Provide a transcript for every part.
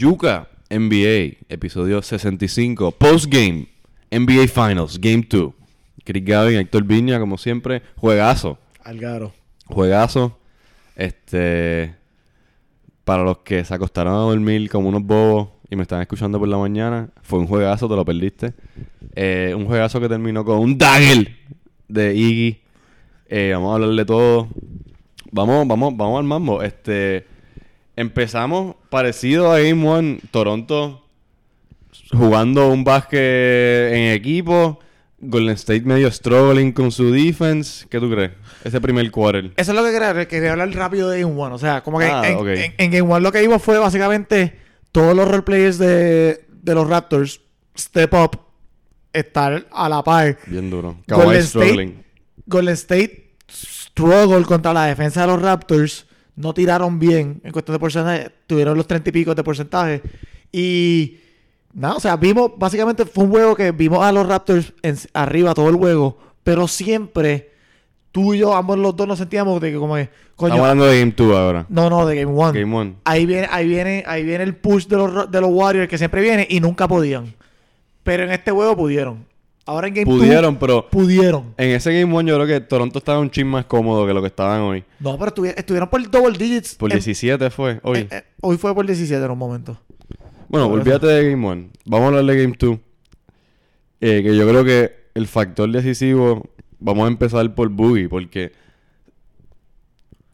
Yuka, NBA, episodio 65, postgame, NBA Finals, Game 2. Chris Gavin, Héctor Viña, como siempre, juegazo, Algaro. juegazo. Este, para los que se acostaron a dormir como unos bobos y me están escuchando por la mañana, fue un juegazo, te lo perdiste. Eh, un juegazo que terminó con un dagger de Iggy. Eh, vamos a hablarle todo. Vamos, vamos, vamos al mambo. Este, empezamos parecido a Game One, Toronto jugando un básquet en equipo. Golden State medio struggling con su defense. ¿Qué tú crees? Ese primer quarter. Eso es lo que quería, quería hablar rápido de Game One. O sea, como que Ah, en, ok. en- en Game One lo que vimos fue básicamente todos los roleplayers de, de los Raptors, step up, estar a la par. Bien duro. Golden Kawhi State. struggling. Golden State struggle contra la defensa de los Raptors. No tiraron bien en cuestión de porcentaje. Tuvieron los 30 y pico de porcentaje. Y nada, o sea, vimos, básicamente fue un juego que vimos a los Raptors en- arriba todo el juego. Pero siempre tú y yo, ambos los dos nos sentíamos de que como que, coño, Estamos hablando de Game 2 ahora. no, no, de Game One. Game 1. Ahí viene, ahí viene, ahí viene el push de los, Ra- de los Warriors que siempre viene y nunca podían. Pero en este juego pudieron. Ahora en Game Two, Pudieron, pero pudieron. en ese Game 1 yo creo que Toronto estaba un chin más cómodo que lo que estaban hoy. No, pero estuvi- estuvieron por double digits. Por en- 17 fue hoy. Em, eh, eh, hoy fue por 17 en un momento. Bueno, Por olvídate de Game 1. Vamos a hablar de Game 2. Eh, que yo creo que el factor decisivo. Vamos a empezar por Boogie, porque.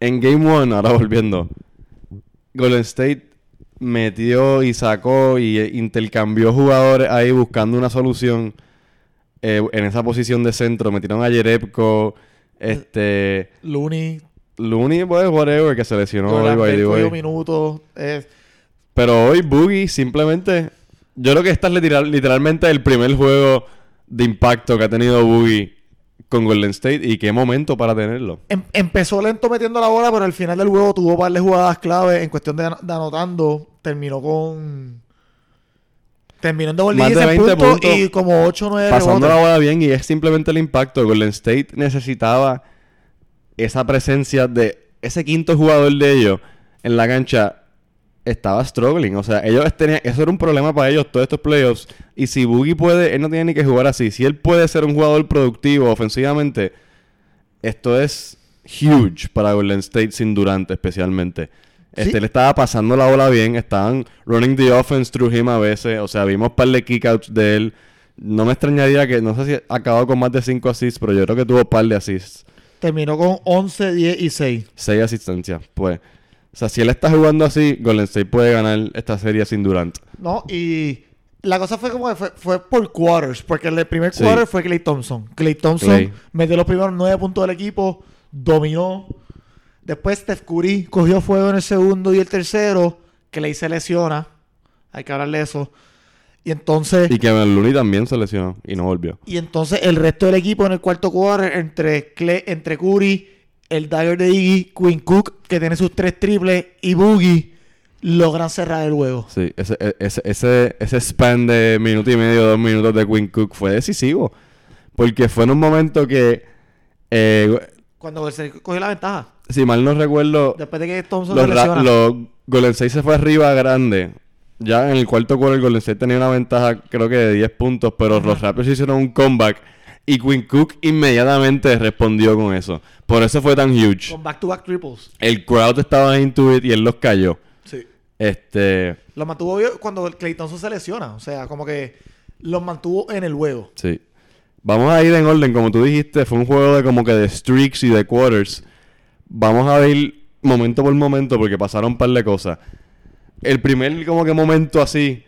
En Game 1, ahora volviendo. Golden State metió y sacó y eh, intercambió jugadores ahí buscando una solución. eh, en esa posición de centro metieron a Yerepko, este. Looney, Looney, pues, whatever, que se lesionó hoy, Durant, by the Bell, way. cogió minutos. eh, Pero hoy Boogie simplemente... Yo creo que este es literal- literalmente el primer juego de impacto que ha tenido Boogie con Golden State y qué momento para tenerlo. em- empezó lento metiendo la bola, pero al final del juego tuvo par de jugadas clave en cuestión de, an- de anotando. Terminó con. Terminó en double Más digits de en 20 puntos puntos. y como 8 o 9 Pasando la bola bien y es simplemente el impacto. Golden State necesitaba esa presencia de ese quinto jugador de ellos en la cancha. Estaba struggling. O sea, ellos tenían... Eso era un problema para ellos, todos estos playoffs. Y si Boogie puede... Él no tiene ni que jugar así. Si él puede ser un jugador productivo ofensivamente... Esto es huge para Golden State sin Durant especialmente. Este Sí. le estaba pasando la bola bien, estaban running the offense through him a veces, o sea, vimos par de kickouts de él. No me extrañaría que, no sé si acabó con más de 5 assists, pero yo creo que tuvo par de assists. Terminó con 11, 10 y 6. 6 asistencias, pues. O sea, si él está jugando así, Golden State puede ganar esta serie sin Durant. ¿no? Y la cosa fue como que fue, fue por quarters, porque el primer Sí. quarter fue Clay Thompson. Clay Thompson Klay. metió los primeros nueve puntos del equipo, dominó. Después Steph Curry cogió fuego en el segundo y el tercero. Clay se lesiona. Hay que hablarle de eso. Y entonces, Y Kevin Looney también se lesionó y no volvió. y entonces el resto del equipo en el cuarto quarter, entre, Klay- entre Curry, el dagger de Iggy, Quinn Cook, que tiene sus tres triples, y Boogie, logran cerrar el juego. Sí, ese, e- ese, ese, ese span de minuto y medio, dos minutos de Quinn Cook fue decisivo. Porque fue en un momento que, eh, Cuando se cogió la ventaja. si mal no recuerdo, Después de que Thompson los, se Ra- lesiona. los Golden State se fue arriba grande. Ya en el cuarto quarter, Golden State tenía una ventaja, creo que de 10 puntos, pero los Raptors hicieron un comeback. Y Quinn Cook inmediatamente respondió con eso. Por eso fue tan huge. Con back-to-back triples. El crowd estaba into it y él los cayó. Sí. Este. Los mantuvo bien cuando Clay Thompson se lesiona. O sea, como que los mantuvo en el juego. Sí. Vamos a ir en orden, como tú dijiste, fue un juego de como que de streaks y de quarters. Vamos a ir momento por momento porque pasaron un par de cosas. El primer como que momento así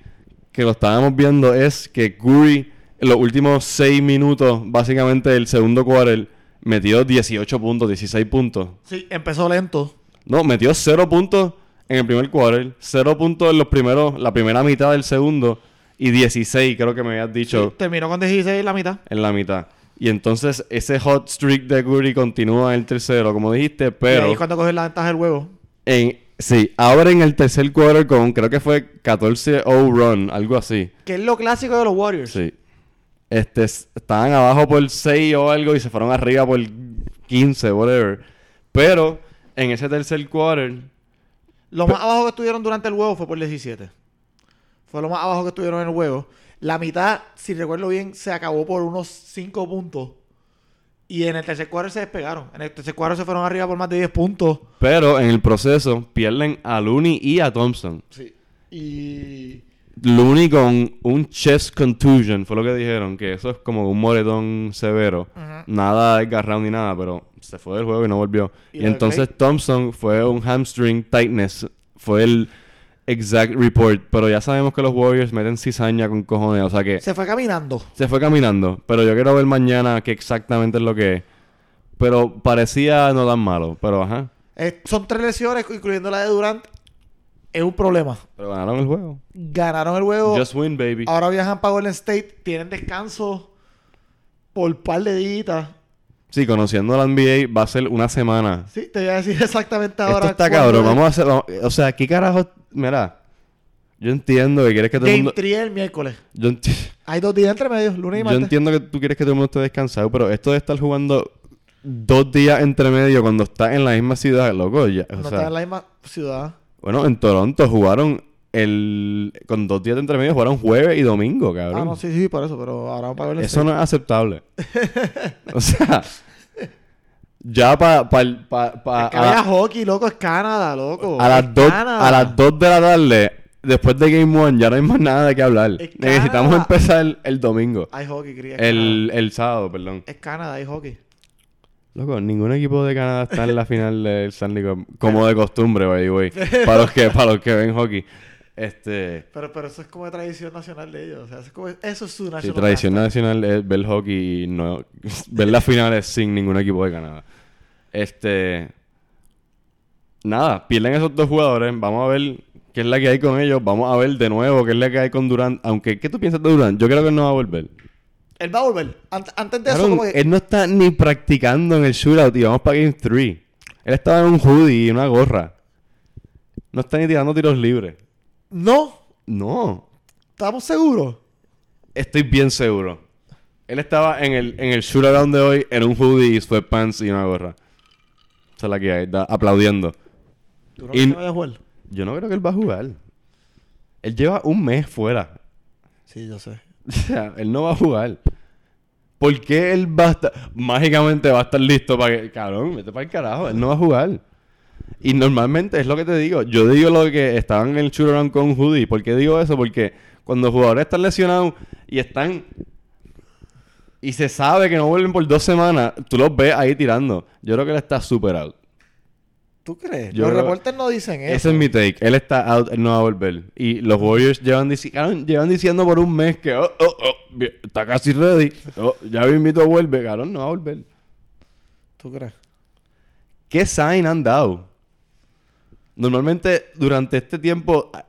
que lo estábamos viendo es que Curry en los últimos 6 minutos, básicamente del segundo quarter, metió 18 puntos, 16 puntos. Sí, empezó lento. No, metió 0 puntos en el primer quarter, 0 puntos en los primeros, la primera mitad del segundo y 16 creo que me habías dicho Sí, terminó con 16 en la mitad. en la mitad. Y entonces ese hot streak de Curry continúa en el tercero, como dijiste, pero y ahí es cuando cogió la ventaja del juego. en, sí, abren el tercer quarter con creo que fue 14-0 run, algo así. Que es lo clásico de los Warriors. Sí. Este, s- estaban abajo por 6 o algo y se fueron arriba por 15, whatever. Pero en ese tercer quarter, Lo más abajo que estuvieron durante el juego fue por 17. Fue lo más abajo que estuvieron en el juego. La mitad, si recuerdo bien, se acabó por unos 5 puntos. Y en el tercer cuadro se despegaron. En el tercer cuadro se fueron arriba por más de 10 puntos. Pero en el proceso pierden a Looney y a Thompson. Sí. Y. Looney con un chest contusion, fue lo que dijeron, que eso es como un moretón severo. Ajá. Nada desgarrado ni nada, pero se fue del juego y no volvió. ¿Y Y, lo de entonces Thompson fue un hamstring tightness, fue el exact report. Pero ya sabemos que los Warriors meten cizaña con cojones, o sea que Se fue caminando. se fue caminando. Pero yo quiero ver mañana qué exactamente es lo que es. Pero parecía no tan malo, pero ajá. Eh, son tres lesiones, incluyendo la de Durant. Es un problema. Pero ganaron el juego. Ganaron el juego. Just win, baby. Ahora viajan para Golden State. Tienen descanso por par de días. Sí, conociendo la NBA va a ser una semana. Sí, te voy a decir exactamente Esto ahora. está cuándo cabrón. es. Vamos a hacer. vamos- o sea, ¿qué carajo? Mira, yo entiendo que quieres que todo el Game mundo. 3 el miércoles. Yo, enti- Hay dos días entre medio, lunes y yo martes. entiendo que tú quieres que todo el mundo esté descansado, pero esto de estar jugando dos días entre medio cuando estás en la misma ciudad, loco. Ya, o no sea, están en la misma ciudad. Bueno, en Toronto jugaron el. Con dos días de entre medio jugaron jueves y domingo, cabrón. Ah, no, sí, sí, por eso, pero ahora vamos para Golden Eso State. no es aceptable. o sea. Ya para. Pa, pa- pa- Es que a la- vaya hockey, loco, es Canadá, loco. A Es las, dos, Canadá. a las 2 de la tarde, después de Game One, ya no hay más nada de qué hablar. Es Necesitamos Canadá. empezar el, el domingo. Hay hockey, cría. Es, El, el sábado, perdón. Canadá. es Canadá, hay hockey. Loco, ningún equipo de Canadá está en la final del Stanley Cup. Como de costumbre, by the way. Para los que, para los que ven hockey. Este. Pero, pero eso es como tradición nacional de ellos. O sea, eso es, como- eso es su nacional. Sí, tradición nacional es ver el hockey y no. ver las finales sin ningún equipo de Canadá. Este. Nada, pierden esos dos jugadores. Vamos a ver qué es la que hay con ellos. Vamos a ver de nuevo qué es la que hay con Durant. Aunque, ¿qué tú piensas de Durant? Yo creo que él no va a volver. Él va a volver. Ant- antes de eso, Cabrón, como que- Él no está ni practicando en el shootout y vamos para Game 3. Él estaba en un hoodie y una gorra. No está ni tirando tiros libres. No, No, estamos seguros. Estoy bien seguro. Él estaba en el, en el shootaround de hoy en un hoodie y sweatpants y una gorra. Esa es la que hay, da- aplaudiendo. ¿Tú no Y- crees que vaya a jugar? Yo no creo que él va a jugar. Él lleva un mes fuera. Sí, yo sé. O sea, él no va a jugar. ¿Por qué él va a estar... Mágicamente va a estar listo para que... Cabrón, vete para el carajo. Él no va a jugar. Y normalmente es lo que te digo. Yo digo lo que estaban en el shootaround con Hoodie. ¿Por qué digo eso? Porque cuando los jugadores están lesionados y están... Y se sabe que no vuelven por dos semanas, tú los ves ahí tirando. Yo creo que él está super out. ¿Tú crees? Yo Los creo- reportes no dicen eso. Ese es mi take. Él está out, él no va a volver. Y los Warriors llevan, dici- cabrón, llevan diciendo por un mes que oh, oh, oh, vi- está casi ready. Oh, ya invito vuelve. Cabrón, no va a volver. ¿Tú crees? ¿Qué sign han dado? Normalmente, durante este tiempo, ah,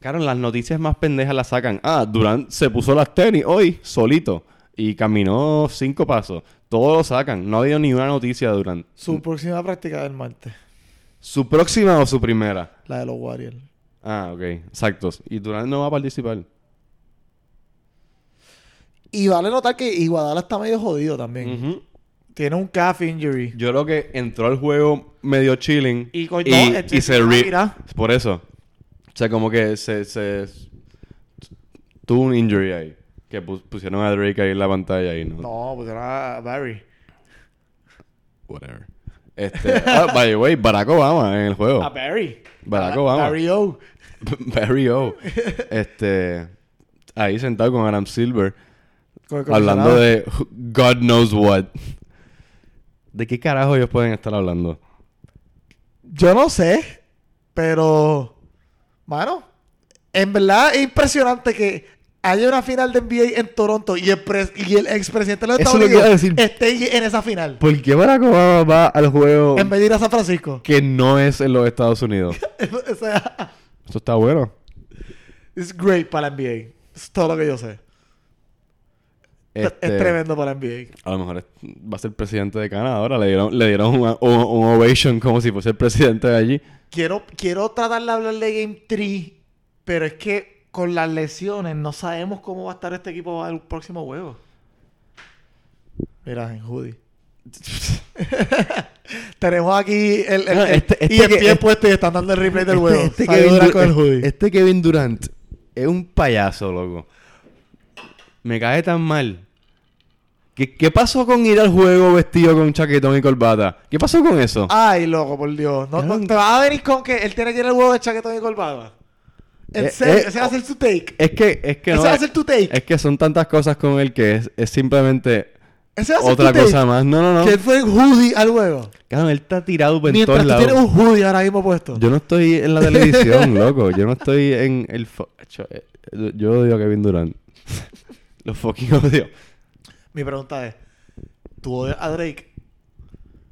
cabrón, las noticias más pendejas las sacan. Ah, Durant se puso las tenis hoy, solito. Y caminó cinco pasos. Todo lo sacan. No ha habido ni una noticia de Durant. Su próxima práctica del martes. ¿Su próxima o su primera? La de los Warriors. Ah, ok. Exacto. Y Durant no va a participar. Y vale notar que Iguadala está medio jodido también. Ujú. Tiene un calf injury. Yo creo que entró al juego medio chilling Y con- no, este y se se va a re- tirar. Por eso. O sea, como que se, se- tuvo un injury ahí. Que pus- pusieron a Drake ahí en la pantalla y no. No, pues era Barry. Whatever. Este, ah, by the way, Barack Obama en el juego. A Barry. Barack A- Obama. Barry Ah, O. Barry O. Este, ahí sentado con Adam Silver. Con el Hablando comisionado. de God knows what. ¿De qué carajo ellos pueden estar hablando? Yo no sé, pero... Mano, en verdad es impresionante que haya una final de NBA en Toronto y el, pres- y el expresidente de los Eso es Estados lo que iba a Unidos decir. esté en esa final. ¿Por qué Barack Obama va al juego En vez de ir a San Francisco. que no es en los Estados Unidos? o sea, Esto está bueno. it's great para la NBA. Es todo lo que yo sé. Este, Es tremendo para la NBA. A lo mejor es- va a ser presidente de Canadá ahora. Le dieron, le dieron una- un, un ovation como si fuese el presidente de allí. Quiero, quiero tratar de hablar de Game 3, pero es que con las lesiones no sabemos cómo va a estar este equipo al próximo juego. Mira, en Judy. Tenemos aquí el, el, E No, el- este- y este el que- pie este- puesto y están dando el replay del juego. Este Salió Kevin, Durant Du- con el hoodie. este Kevin Durant es un payaso, loco. Me cae tan mal. ¿Qué, qué pasó con ir al juego vestido con chaquetón y corbata? ¿Qué pasó con eso? Ay, loco, por Dios. No, no, ¿Te vas a venir con que él tiene que ir al huevo de chaquetón y corbata? ¿En Eh, serio? eh, ¿Ese va a ser su take? Es que, es que ¿Ese no. va a es- ser tu take? Es que son tantas cosas con él que es, es simplemente ¿Ese va a ser otra tu take? cosa más. No, no, no. Que él fue en hoodie al huevo. Cabrón, él está tirado por Mientras todos tú lados. tienes un hoodie ahora mismo puesto. Yo no estoy en la televisión, loco. Yo no estoy en el. fo- Cho- eh, Yo odio a Kevin Durant. Lo fucking odio. Mi pregunta es, ¿tú odias a Drake?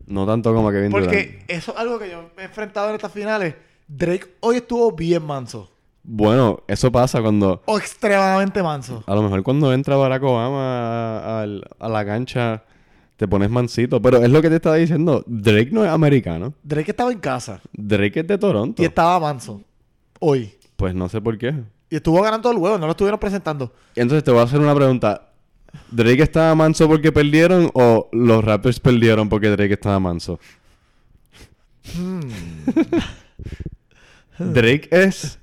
No tanto como a Kevin Durant. Porque eso es algo que yo me he enfrentado en estas finales. Drake hoy estuvo bien manso. Bueno, eso pasa cuando. O extremadamente manso. A lo mejor cuando entra Barack Obama al- a, la cancha, te pones mansito. Pero es lo que te estaba diciendo. Drake no es americano. Drake estaba en casa Drake es de Toronto. y estaba manso. Hoy. Pues no sé por qué. Y estuvo ganando el huevo, no lo estuvieron presentando. Entonces te voy a hacer una pregunta. ¿Drake estaba manso porque perdieron o los Raptors perdieron porque Drake estaba manso? Hmm. Drake es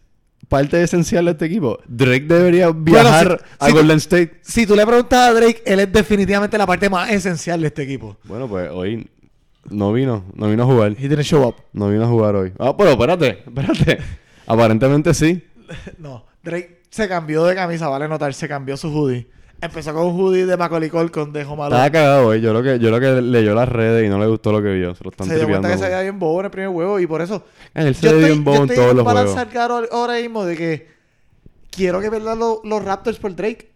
parte esencial de este equipo. Drake debería viajar si- a si- Golden State. Si tú le preguntas a Drake, él es definitivamente la parte más esencial de este equipo. Bueno, pues hoy no vino, no vino a jugar. He didn't show up. No vino a jugar hoy. Ah, pero espérate, espérate. Aparentemente sí. No, Drake se cambió de camisa, vale notar, se cambió su hoodie. Empezó con un hoodie de Macaulay Culkin de Home Alone. Estaba cagado hoy. Yo creo que, yo creo que leyó las redes y no le gustó lo que vio. Se lo están Se dio cuenta tripeando. que se había bien bobo en el primer huevo y por eso Él se le dio un bobo en todos los para juegos. ahora mismo de que quiero que pierdan lo- los Raptors por Drake.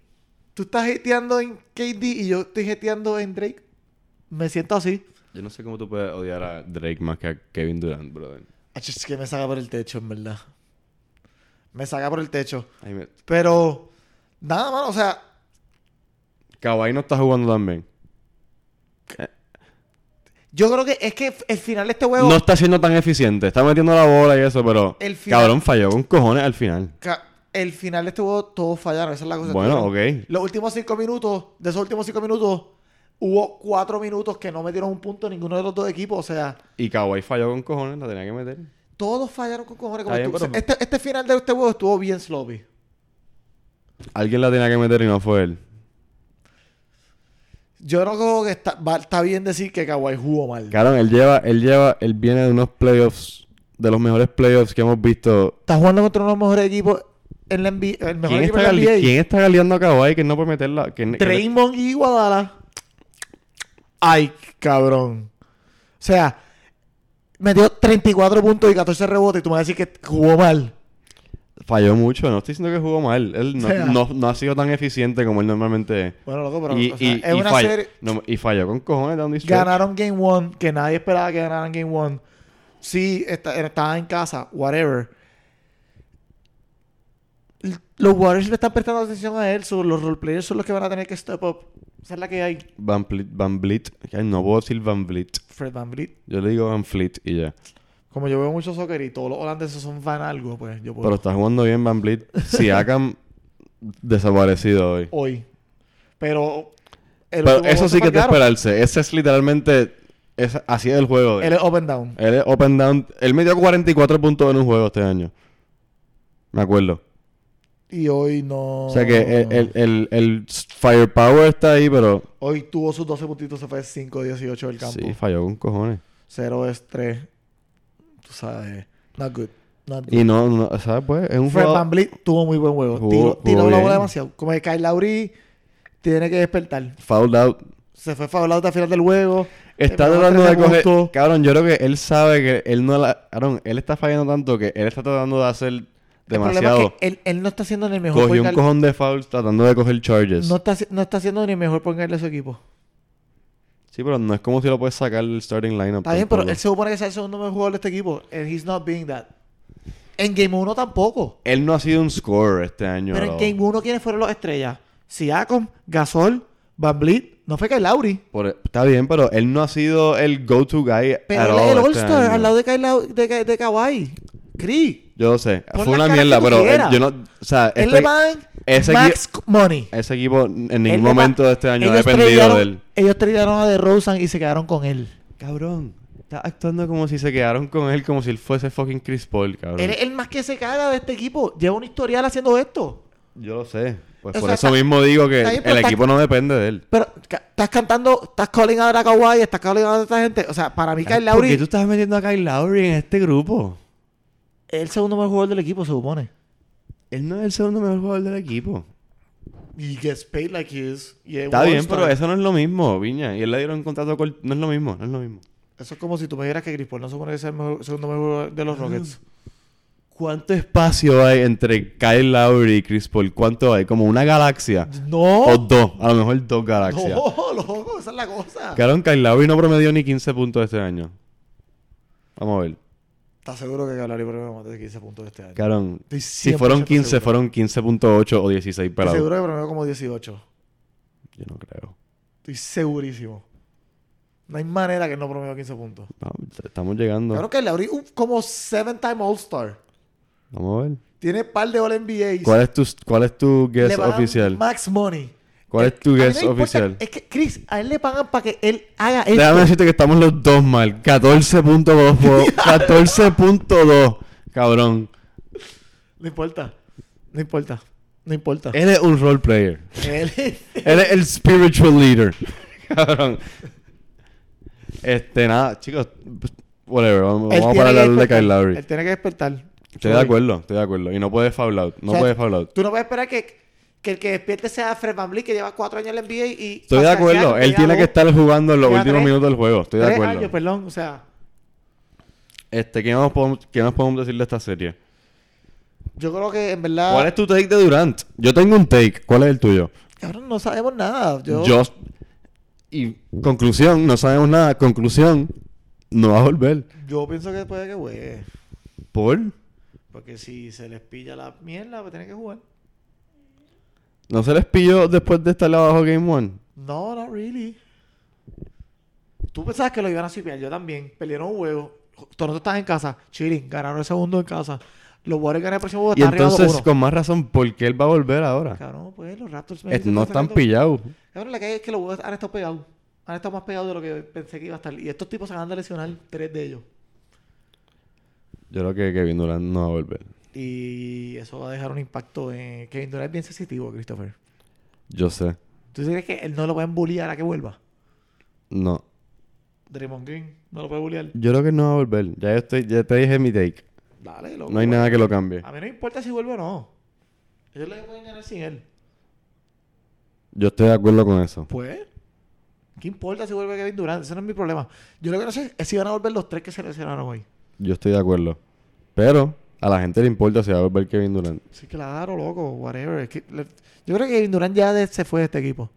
Tú estás hateando en KD y yo estoy hateando en Drake. Me siento así. Yo no sé cómo tú puedes odiar a Drake más que a Kevin Durant, brother. Ach, Es que me saca por el techo, en verdad. Me saca por el techo. Ay, me- Pero, nada, mano, o sea, Kawhi no está jugando tan bien. yo creo que es que el final de este juego... No está siendo tan eficiente. Está metiendo la bola y eso, pero... El final- Cabrón, falló con cojones al final. ca- El final de este juego todos fallaron, esa es la cosa. Bueno, Tuvieron- ok. Los últimos cinco minutos, de esos últimos cinco minutos, hubo cuatro minutos que no metieron un punto ninguno de los dos equipos. O sea, Y Kawhi falló con cojones, la tenía que meter. todos fallaron con cojones. como Está bien, tú- o sea, pero- este, este final de este juego estuvo bien sloppy. Alguien la tenía que meter y no fue él. Yo no creo que está, va- está bien decir que Kawhi jugó mal. Cabrón, él lleva... Él lleva... Él viene de unos playoffs... De los mejores playoffs que hemos visto. Está jugando contra uno de los mejores equipos en la NBA. El mejor ¿Quién equipo está, en gali- la NBA. ¿Quién está galeando a Kawhi que no puede meterla? Que, que- Draymond y Iguadala. Ay, cabrón. O sea, metió 34 puntos y 14 rebotes y tú me vas a decir que jugó mal. Falló mucho. No estoy diciendo que jugó mal. Él no, O sea. no- no ha sido tan eficiente como él normalmente es. Bueno, loco, pero Y, o sea, y- es y una fall- serie. no, y falló con cojones down the stretch. Ganaron Game One, que nadie esperaba que ganaran Game One. Sí, está- estaba en casa, whatever. L- Los Warriors le están prestando atención a él, so los roleplayers son los que van a tener que step up. Esa es la que hay. Van Vliet, Van Vliet. Ay, no puedo decir Van Vliet. Fred Van Yo le digo Van Vliet y ya. Como yo veo mucho soccer y todos los holandeses son fan algo, pues yo puedo. Pero está jugando bien Van Vliet. Si hagan desaparecido hoy. hoy. Pero. el Pero último eso juego sí se que es de marcaron. esperarse. Ese es literalmente... es- así es el juego. de Él él. es up and down. Él es open down. Él me dio 44 puntos en un juego este año. Me acuerdo. Y hoy no. O sea que Oh. el, el, el- el firepower está ahí, pero... Hoy tuvo sus 12 puntitos, se fue 5-18 del campo. Sí, falló con cojones. 0 es 3. Tú sabes. Not good. Not good. Y no, no ¿sabes? Pues es un Fred jugador- VanVleet tuvo muy buen juego. Jugó- tiró jugó tiró la bien. bola demasiado. Como que Kyle Lowry tiene que despertar. fouled out. Se fue favorable al final del juego. Está Terminó tratando de 13 coger. puntos. Cabrón, yo creo que él sabe que él no la. Cabrón, él está fallando tanto que él está tratando de hacer El problema demasiado. es que él, él no está haciendo ni el mejor Cogió point un guard- cojón de fouls tratando de coger charges. no, está, haci- no está haciendo ni el mejor point guard de su equipo. Sí, pero no es como si lo puedes sacar del starting lineup. Está bien, pero tampoco. él se supone que es el segundo mejor jugador de este equipo. And he's not being that. En Game 1 tampoco. Él no ha sido un scorer este año. Pero en bro. Game 1, ¿quiénes fueron los estrellas? Siakam, Gasol, Van Vliet. No fue Kyle Lowry. Por- e, está bien, pero él no ha sido el go-to guy. Pero at all él es el este All-Star año. al lado de, Kyle Lau- de, Ka- de Kawhi. Cree. Yo lo sé. Pon Fue la una cara que mierda, tú pero él, quieras. yo no. O sea, Él este- le pagan ese, max money. equi- ese equipo en Él ningún le pa- momento de este año ha ellos dependido tradearon- de él. Ellos tradearon a DeRozan y se quedaron con él. Cabrón. Está actuando como si se quedaron con él, como si él fuese fucking Chris Paul, cabrón. Él es el más que se caga de este equipo. Lleva un historial haciendo esto. Yo lo sé. Pues O por sea, eso está- mismo digo que está bien, pero el está- equipo no depende de él. Pero ca- estás cantando, estás calling out a Kawhi, estás calling out a esta gente. O sea, para mí Kyle ¿Por qué Lowry tú es estás metiendo a Kyle Lowry en este grupo? el segundo mejor jugador del equipo, se supone. Él no es el segundo mejor jugador del equipo. Y gets paid like he is. Y es Está un bien, all-star. pero eso no es lo mismo, Viña. Y él le dieron un contrato corto. No es lo mismo, no es lo mismo. Eso es como si tú me dijeras que Chris Paul no se supone que sea el mejor- segundo mejor jugador de los Rockets. ¿Cuánto espacio hay entre Kyle Lowry y Chris Paul? ¿Cuánto hay? ¿Como una galaxia? O No, dos, a lo mejor dos galaxias. no, Oh, loco, esa es la cosa. Cabrón, Kyle Lowry no promedió ni 15 puntos este año. Vamos a ver. ¿Estás seguro que Kyle Lowry promedió más de 15 puntos este año? Cabrón, Estoy si fueron 100% 15, seguro. fueron 15.8 o 16 Estoy pelados. seguro que promedió como 18. Yo no creo. Estoy segurísimo. No hay manera que no promedió 15 puntos. No, estamos llegando. Claro que Lowry un- como 7-time All-Star. Vamos a ver. Tiene par de All-NBAs. ¿Cuál es tu, cuál es tu guess Le pagan oficial? Max Money. ¿Cuál es tu A mí no guess me importa. oficial? Es que, Chris, a él le pagan para que él haga esto. Déjame decirte que estamos los dos mal. 14.2. po- 14.2. Cabrón. No importa. No importa. No importa. Él es un role player. Él es- Él es el spiritual leader. Cabrón. Este, nada, chicos. pues, Whatever. Vamos, él vamos a tiene parar de que hablar de despertar. Kyle Lowry. Él tiene que despertar. Estoy de Sorry. acuerdo, estoy de acuerdo. Y no puede foul out. No O sea, puede foul out. Tú no puedes esperar que, que el que despierte sea Fred VanVleet que lleva cuatro años en la NBA y... Estoy de acuerdo. Él tiene que estar jugando en los Llega últimos tres- minutos del juego. Estoy de acuerdo. años, pues. perdón. O sea, Este, ¿qué nos, podemos, ¿Qué nos podemos decir de esta serie? yo creo que en verdad... ¿Cuál es tu take de Durant? Yo tengo un take. ¿Cuál es el tuyo? Cabrón, no sabemos nada. Yo... Yo. Y conclusión, no sabemos nada. Conclusión, no va a volver. yo pienso que puede que juegue. ¿Por? Porque si se les pilla la mierda, pues tienen que jugar. ¿No se les pilló después de estar abajo Game One? No, no really. Tú pensabas que lo iban a sipear, yo también. Perdieron un juego. Toronto estaba en casa. Chilling, ganaron el segundo en casa. Los Warriors ganan el próximo juego. Y Está arriba entonces, 2-1. con más razón, ¿por qué él va a volver ahora? Cabrón, pues los Raptors Eh, bendito, No están están sacando- pillados. Cabrón, la que hay es que los juegos han estado pegados. Han estado más pegados de lo que pensé que iba a estar. Y estos tipos se acaban de lesionar tres de ellos. Yo creo que Kevin Durant no va a volver. Y eso va a dejar un impacto en. Kevin Durant es bien sensitivo, Christopher. Yo sé. ¿Tú crees que él no lo pueden bullear a que vuelva? No. Draymond Green no lo puede bullear. Yo creo que no va a volver. Ya, yo estoy, ya te dije mi take. Dale, loco. No hay nada que lo cambie. A mí no me importa si vuelve o no. Ellos le pueden ganar sin él. Yo estoy de acuerdo con eso. Pues, ¿qué importa si vuelve Kevin Durant? Ese no es mi problema. Yo lo que no sé es si van a volver los tres que se lesionaron hoy. Yo estoy de acuerdo. Pero a la gente le importa si va a volver Kevin Durant. Sí, claro, loco, whatever. Es que le- yo creo que Kevin Durant ya de- se fue de este equipo.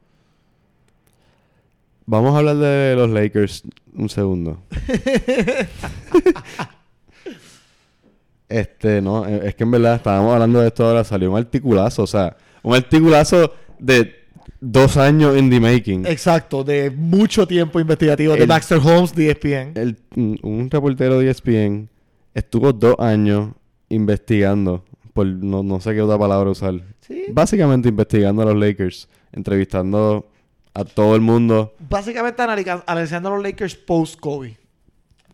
Vamos a hablar de los Lakers un segundo. este, no, eh, es que en verdad estábamos hablando de esto ahora. Salió un articulazo, o sea, un articulazo de dos años in the making. Exacto, de mucho tiempo investigativo El- Eh, Baxter Holmes, de E ESPN. El- un un reportero de E ESPN estuvo dos años investigando, por no, no sé qué otra palabra usar. Sí. Básicamente investigando a los Lakers, entrevistando a todo el mundo. Básicamente analica- analizando los Lakers post-Kobe.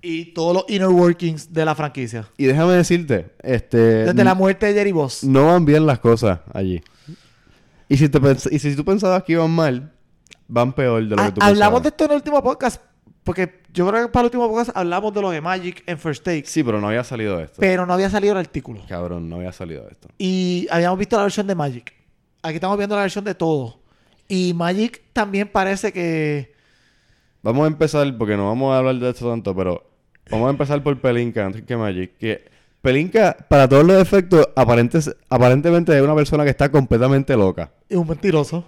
Y todos los inner workings de la franquicia. Y déjame decirte, este... Desde la muerte de Jerry Boss. no van bien las cosas allí. Y si, te pens- y si tú pensabas que iban mal, van peor de lo que tú Ah, hablamos de pensabas. esto en el último podcast. Porque yo creo que para el último podcast hablamos de lo de Magic en First Take. Sí, pero no había salido de esto. Pero no había salido el artículo. Cabrón, no había salido de esto. Y habíamos visto la versión de Magic. Aquí estamos viendo la versión de todo. Y Magic también parece que. Vamos a empezar, porque no vamos a hablar de esto tanto, pero vamos a empezar por Pelinka antes que Magic. Que Pelinka, para todos los efectos, aparentes, aparentemente es una persona que está completamente loca. Es un mentiroso.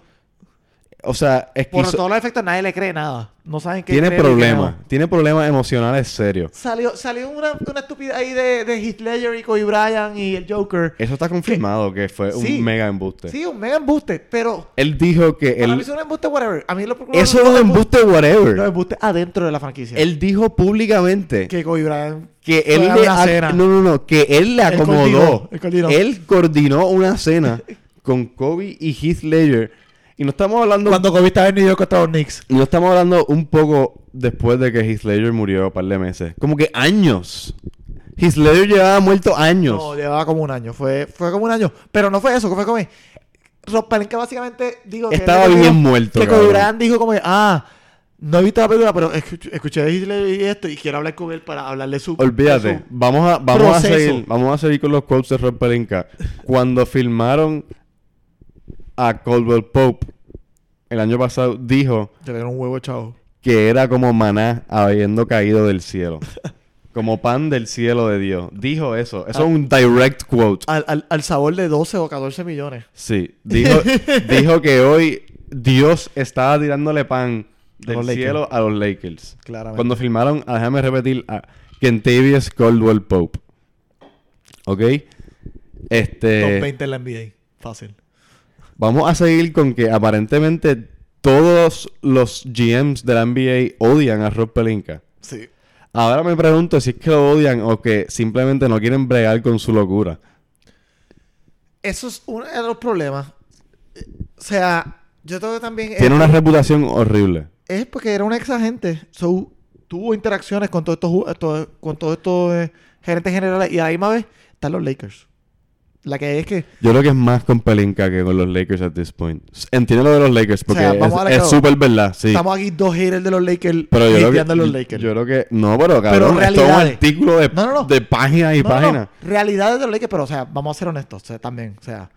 O sea, es Por que todos los efectos, nadie le cree nada. No saben qué. tiene creer y qué problemas, no. tiene problemas emocionales serios. Salió, salió una, una estupidez ahí de, de Heath Ledger y Kobe Bryant y el Joker. Eso está confirmado que fue Sí. un mega embuste. Sí, un mega embuste. Pero. Él dijo que para él, mí es un embuste, whatever. A mí lo Eso es un embuste whatever. Los embustes adentro de la franquicia. Él dijo públicamente que, que Kobe Bryant él fue a le una ac- cena. no, no, no, que él le Él acomodó. coordinó, él coordinó. Él coordinó una cena con Kobe y Heath Ledger Y no estamos hablando. Cuando Kobe estaba en New York contra los Knicks. No estamos hablando un poco después de que Heath Ledger murió un par de meses. Como que años. Heath Ledger llevaba muerto años. No, llevaba como un año. Fue, fue como un año. Pero no fue eso, que fue como. Rob Palenque básicamente digo que Estaba él le bien cogió- muerto, Que Kobe cabrón. Bryant dijo como que, ah, no he visto la película, pero escuch- escuché decirle y esto y quiero hablar con él para hablarle su. Olvídate, su- vamos a, vamos a proceso. seguir, vamos a seguir con los quotes de Rob Pelinka. Cuando filmaron a Caldwell Pope el año pasado, dijo Que le dieron un huevo, chavo. que era como maná habiendo caído del cielo. Como pan del cielo de Dios. Dijo eso. Ah. Eso es un direct quote. Al, al, al sabor de 12 o 14 millones. Sí. Dijo, dijo que hoy Dios estaba tirándole pan del los Lakers. cielo a los Lakers. Claramente. Cuando filmaron, ah, déjame repetir, a Kentavious Caldwell Pope. ¿Ok? Top Este. 20 en la NBA. Fácil. Vamos a seguir con que aparentemente todos los GMs de la NBA odian a Rob Pelinka. Sí. Ahora me pregunto si es que lo odian o que simplemente no quieren bregar con su locura. Eso es uno de los problemas. Eh, O sea, yo creo que también. Tiene una reputación horrible. Es porque era un ex agente. So, tuvo interacciones con todos estos ju- estos- con todos estos eh, gerentes generales. Y a la misma vez están los Lakers. La que es que. Yo creo que es más con Pelinka que con los Lakers at this point. S- Entiendo lo de los Lakers porque sea, vamos a la es- es cabo. súper verdad, sí. Estamos aquí dos haters de los Lakers. Pero yo creo que... hateando a los Lakers. Yo creo que... No, pero cabrón, es todo un realidades. artículo de, No, no, no. de página y No, no, no. página. Realidades de los Lakers, pero, o sea, vamos a ser honestos o sea, también. O sea,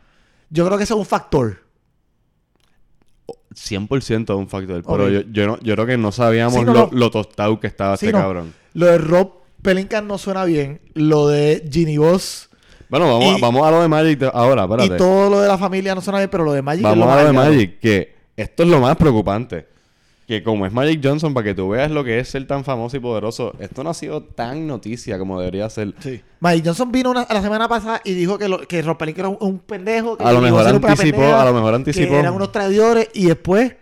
yo creo que eso es un factor. 100% es un factor. Pero Ok. yo, yo, no, yo creo que no sabíamos Sí, no, lo, no. lo tostado que estaba Sí, este no. cabrón. Lo de Rob Pelinkan no suena bien. Lo de Ginny Boss Bueno, vamos, Y- vamos a lo de Magic de- ahora, espérate. y todo lo de la familia no suena bien, pero lo de Magic es Vamos lo a más lo de allegado. Magic, que esto es lo más preocupante. Que como es Magic Johnson, para que tú veas lo que es ser tan famoso y poderoso, esto no ha sido tan noticia como debería ser. Sí. Magic Johnson vino una- la semana pasada y dijo que, lo, que Rob Pelinkan era un, un pendejo. Que A lo Ginny mejor Boss era una anticipó, pendeja, a lo mejor anticipó. Que eran unos traidores y después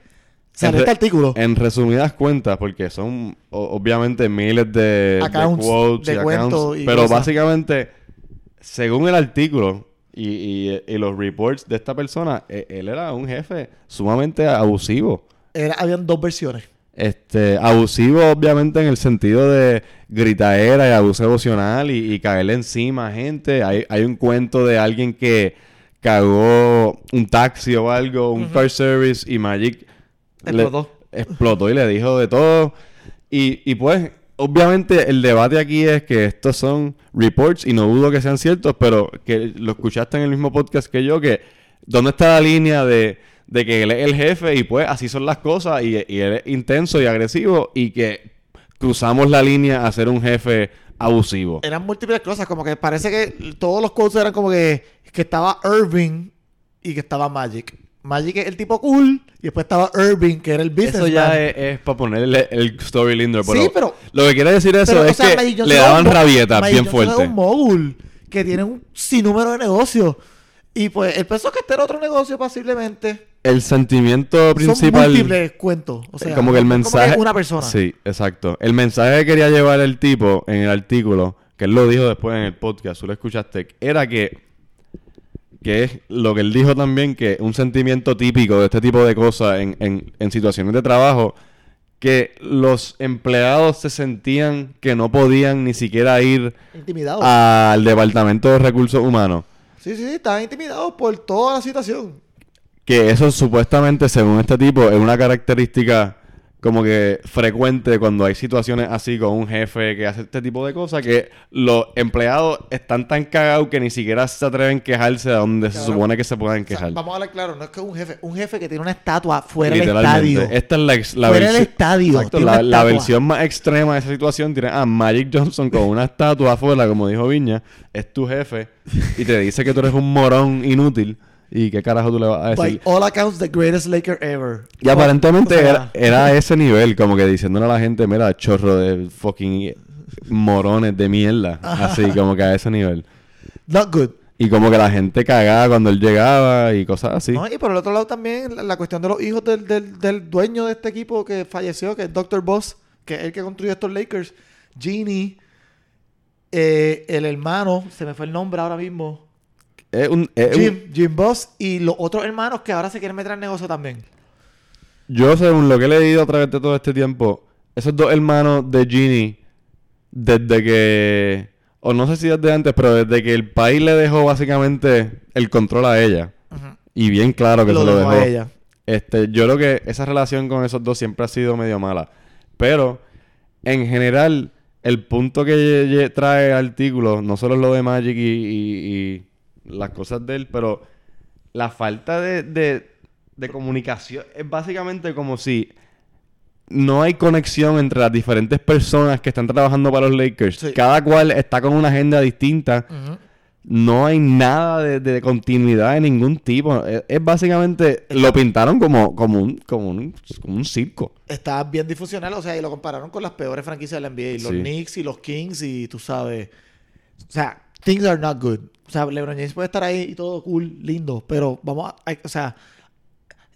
salió En este re- artículo. En resumidas cuentas, porque son o- obviamente miles de, de Accounts, quotes de y cuentos accounts, y pero cosas. básicamente, según el artículo y, y- y los reports de esta persona, e- él era un jefe sumamente abusivo. Era- habían dos versiones. Este, abusivo obviamente en el sentido de gritaera y abuso emocional y, y caerle encima a gente. Hay, hay un cuento de alguien que cagó un taxi o algo, un car service y Magic le- Explotó. explotó y le dijo de todo. Y, y pues, obviamente el debate aquí es que estos son reports y no dudo que sean ciertos, pero que lo escuchaste en el mismo podcast que yo, que ¿dónde está la línea de, de que él es el jefe y pues así son las cosas y, y él es intenso y agresivo y que cruzamos la línea a ser un jefe abusivo? Eran múltiples cosas, como que parece que todos los quotes eran como que, que estaba Irving y que estaba Magic. Magic es el tipo cool y después estaba Irving, que era el business. Eso ya es, para ponerle el story lindo, pero, Sí, pero- lo que quiere decir eso es que le daban rabietas bien fuerte. Es un mogul que tiene un sinnúmero de negocios. Y pues el peso que esté en otro negocio posiblemente El sentimiento principal. son múltiples cuentos. O Eh, sea, como que el no es mensaje. una persona. Sí, exacto. El mensaje que quería llevar el tipo en el artículo, que él lo dijo después en el podcast, tú lo escuchaste, era que. Que es lo que él dijo también, que un sentimiento típico de este tipo de cosas en, en- en situaciones de trabajo, que los empleados se sentían que no podían ni siquiera ir Intimidados. Ah. al departamento de recursos humanos. Sí, sí, sí, estaban intimidados por toda la situación. Que eso supuestamente, según este tipo, es una característica como que frecuente cuando hay situaciones así con un jefe que hace este tipo de cosas, que los empleados están tan cagados que ni siquiera se atreven a quejarse de donde se Cabrón. supone que se puedan O sea, quejar. vamos a hablar claro, no es que un jefe, un jefe que tiene una estatua fuera del Literalmente. estadio. Esta es la, ex- la Fuera del versi- estadio, Exacto, tiene la, una la estatua. versión más extrema de esa situación tiene a Magic Johnson con una estatua afuera, como dijo Viña, es tu jefe y te dice que tú eres un morón inútil y qué carajo tú le vas a decir. By all accounts, the greatest Laker ever. Y O- aparentemente Oh, o sea, era, eh, era a ese nivel, como que diciéndole a la gente, mira, chorro de fucking morones de mierda. Así, como que a ese nivel. Not good. Y como que la gente cagaba cuando él llegaba y cosas así. No, y por el otro lado también la, la cuestión de los hijos del, del- del dueño de este equipo que falleció, que es Dr. Boss, que es el que construyó estos Lakers. Genie, eh, el hermano, se me fue el nombre ahora mismo, es un- es un- Jim, Jim Boss y los otros hermanos que ahora se quieren meter al negocio también. Yo, según lo que he leído a través de todo este tiempo, esos dos hermanos de Ginny, desde que. O no sé si desde antes, pero desde que el país le dejó básicamente el control a ella. Ujú. Y bien claro que Lo se lo dejó dejó. a ella. Este, yo creo que esa relación con esos dos siempre ha sido medio mala. Pero, en general, el punto que lle- lle- trae el artículo, no solo es lo de Magic y, y- y las cosas de él, pero la falta de, de- de comunicación es básicamente como si no hay conexión entre las diferentes personas que están trabajando para los Lakers. Sí. Cada cual está con una agenda distinta. Ujú. No hay nada de, de continuidad de ningún tipo. Es, es básicamente... Lo pintaron como, como, un, como, un, como un circo. Está bien difusional, o sea, y lo compararon con las peores franquicias de la NBA. Los Sí. Knicks y los Kings y tú sabes. O sea, things are not good. O sea, LeBron James puede estar ahí y todo cool, lindo, pero vamos a... hay- o sea,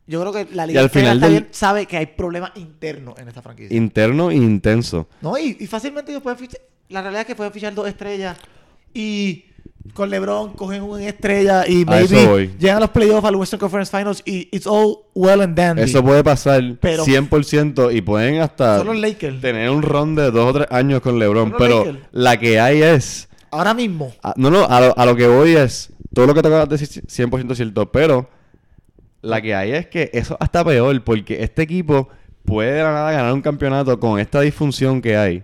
yo creo que la liga al entera final está del- bien- sabe que hay problemas internos en esta franquicia. Interno e intenso. No, y, y fácilmente ellos pueden fichar. La realidad es que pueden fichar dos estrellas. Y con LeBron cogen una estrella y A eso maybe voy. llegan a los playoffs, al Western Conference Finals y it's all well and dandy. Eso puede pasar Pero- 100% y pueden hasta Son los Lakers. tener un ron de dos o tres años con LeBron. Son los Pero Lakers. la que hay es... Ahora mismo. a- Ah, no, no, a lo, a lo que voy es... Todo lo que te acabas de decir 100% cierto, pero la que hay es que eso hasta peor porque este equipo puede de la nada ganar un campeonato con esta disfunción que hay.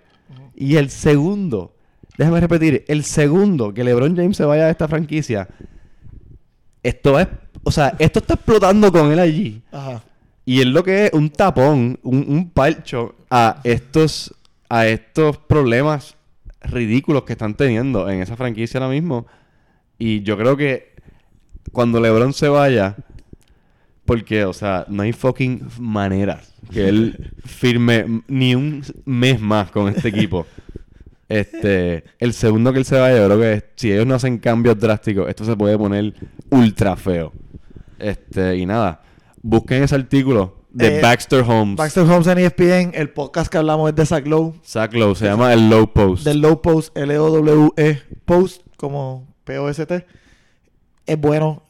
Y el segundo, déjame repetir, el segundo que LeBron James se vaya de esta franquicia, esto es, o sea, esto está explotando con él allí. Ajá. Y es lo que es un tapón, un, un palcho a estos, a estos problemas ridículos que están teniendo en esa franquicia ahora mismo. Y yo creo que cuando LeBron se vaya, porque, o sea, no hay fucking manera que él firme ni un mes más con este equipo. Este, el segundo que él se vaya, yo creo que si ellos no hacen cambios drásticos, esto se puede poner ultra feo. Este, y nada, busquen ese artículo de Eh, Baxter Holmes. Baxter Holmes en E ESPN, el podcast que hablamos es de Zach Lowe, Zach Lowe, se llama El Low Post. del Low Post, L-O-W-E, E Post, como P-O-S-T. Es bueno.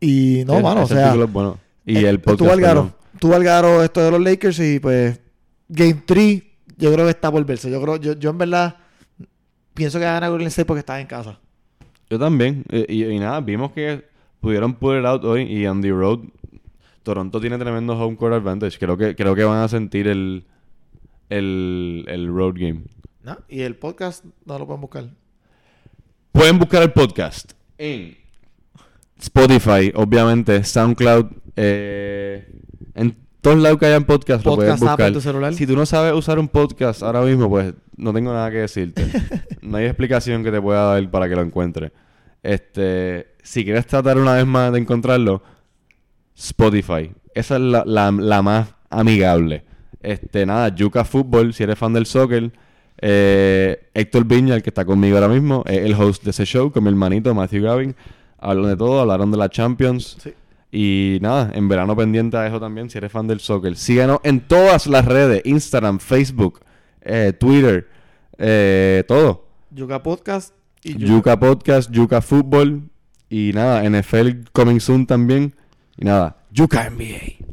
Y no, Ese- mano, o ese sea... artículo es bueno. Y Eh, el podcast. Tú Algaro, perdón. tú Algaro, esto de los Lakers y pues Game 3 yo creo que está por verse. Yo creo, yo, yo en verdad pienso que van a Golden State porque están en casa. Yo también. eh, Y, y nada, vimos que pudieron pull it out hoy y on the road. Toronto tiene tremendo home court advantage. Creo que, creo que van a sentir el, el, el road game. ¿no? Y el podcast no lo pueden buscar. Pueden buscar el podcast en Spotify, obviamente, SoundCloud, eh, en todos lados que hayan podcast, lo pueden Podcast app buscar. en tu celular. Si tú no sabes usar un podcast ahora mismo, pues no tengo nada que decirte. no hay explicación que te pueda dar para que lo encuentres. Este, si quieres tratar una vez más de encontrarlo, Spotify. Esa es la, la- la más amigable. Este, nada, Yuca Fútbol, si eres fan del soccer. eh, Héctor Viña, el que está conmigo ahora mismo, es el host de ese show con mi hermanito Matthew Gavin. Hablan de todo, hablaron de la Champions. Sí. Y nada, en verano pendiente a eso también, si eres fan del soccer. Síganos en todas las redes, Instagram, Facebook, eh, Twitter, eh, todo. Yuka Podcast y Yuka. Yuca Podcast, Yuca Fútbol y nada, NFL Coming Soon también. Y nada, Yuca NBA.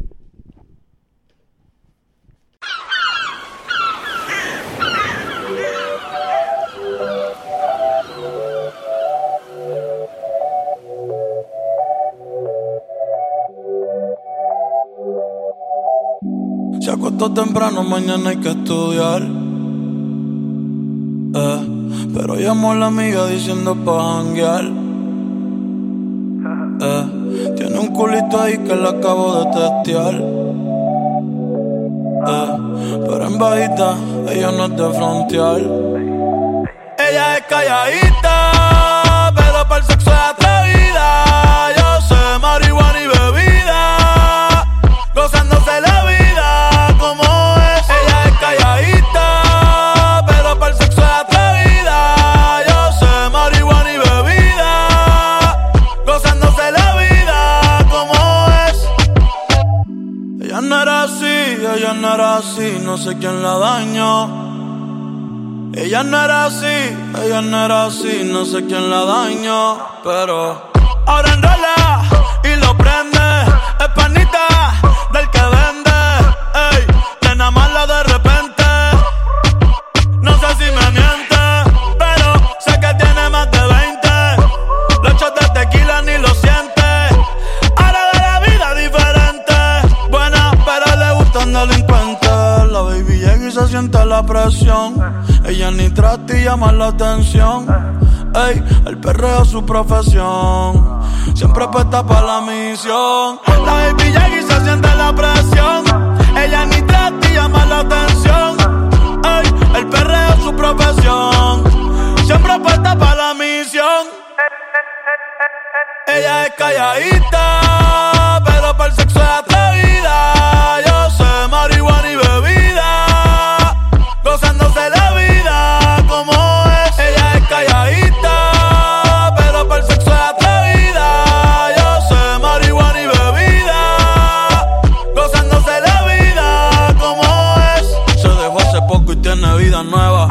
Se acostó temprano, mañana hay que estudiar. Eh, pero llamó a la amiga diciendo pa' janguear. Eh, tiene un culito ahí que la acabo de testear. Eh, pero en bajita, ella no es de frontear. Ella es calladita, pero para el sexo es atrevida. Yo sé marihuana y bebida, gozándose la vida como es. Ella es calladita, pero para el sexo es atrevida. Yo sé marihuana y bebida, gozándose la vida como es. Ella no era así, ella no era así, no sé quién la dañó. Ella no era así, ella no era así, no sé quién la dañó, pero Ahora enrola y lo prende. Es panita del que vende. Ey, nena mala de repente. No sé si me miente, pero sé que tiene más de 20. Los shots de tequila ni lo siente. Ahora de la vida diferente. Buena, pero le gustan delincuentes. La baby llega y se siente la presión. Ella ni trata y llama la atención. Ey, el perreo es su profesión. Siempre apuesta para la misión. La baby llega y se siente la presión. Ella ni trata y llama la atención. Ey, el perreo es su profesión. Siempre apuesta para la misión. Ella es calladita, pero para el sexo es atrevida. Yo sé marihuana y bebida, gozándose la vida como es. Ella es calladita, pero para el sexo es atrevida. Yo sé marihuana y bebida, gozándose la vida como es. Se dejó hace poco y tiene vida nueva.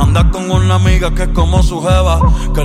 Anda con una amiga que es como su jeva, que